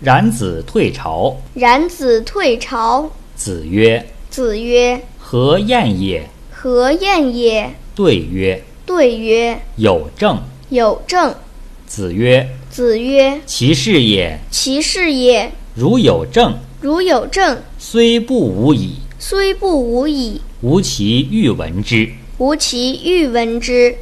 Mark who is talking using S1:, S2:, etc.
S1: 冉子退朝。
S2: 冉子退朝。
S1: 子曰
S2: 子曰：“
S1: 何晏也？”
S2: 何晏也？
S1: 对曰
S2: 对曰：“
S1: 有政。
S2: 有政。”
S1: 子曰
S2: 子曰：“
S1: 其是也，
S2: 其是也，
S1: 如有政，
S2: 如有政，
S1: 虽不无矣，
S2: 虽不无矣，
S1: 吾其欲闻之。”
S2: 吾其欲闻之。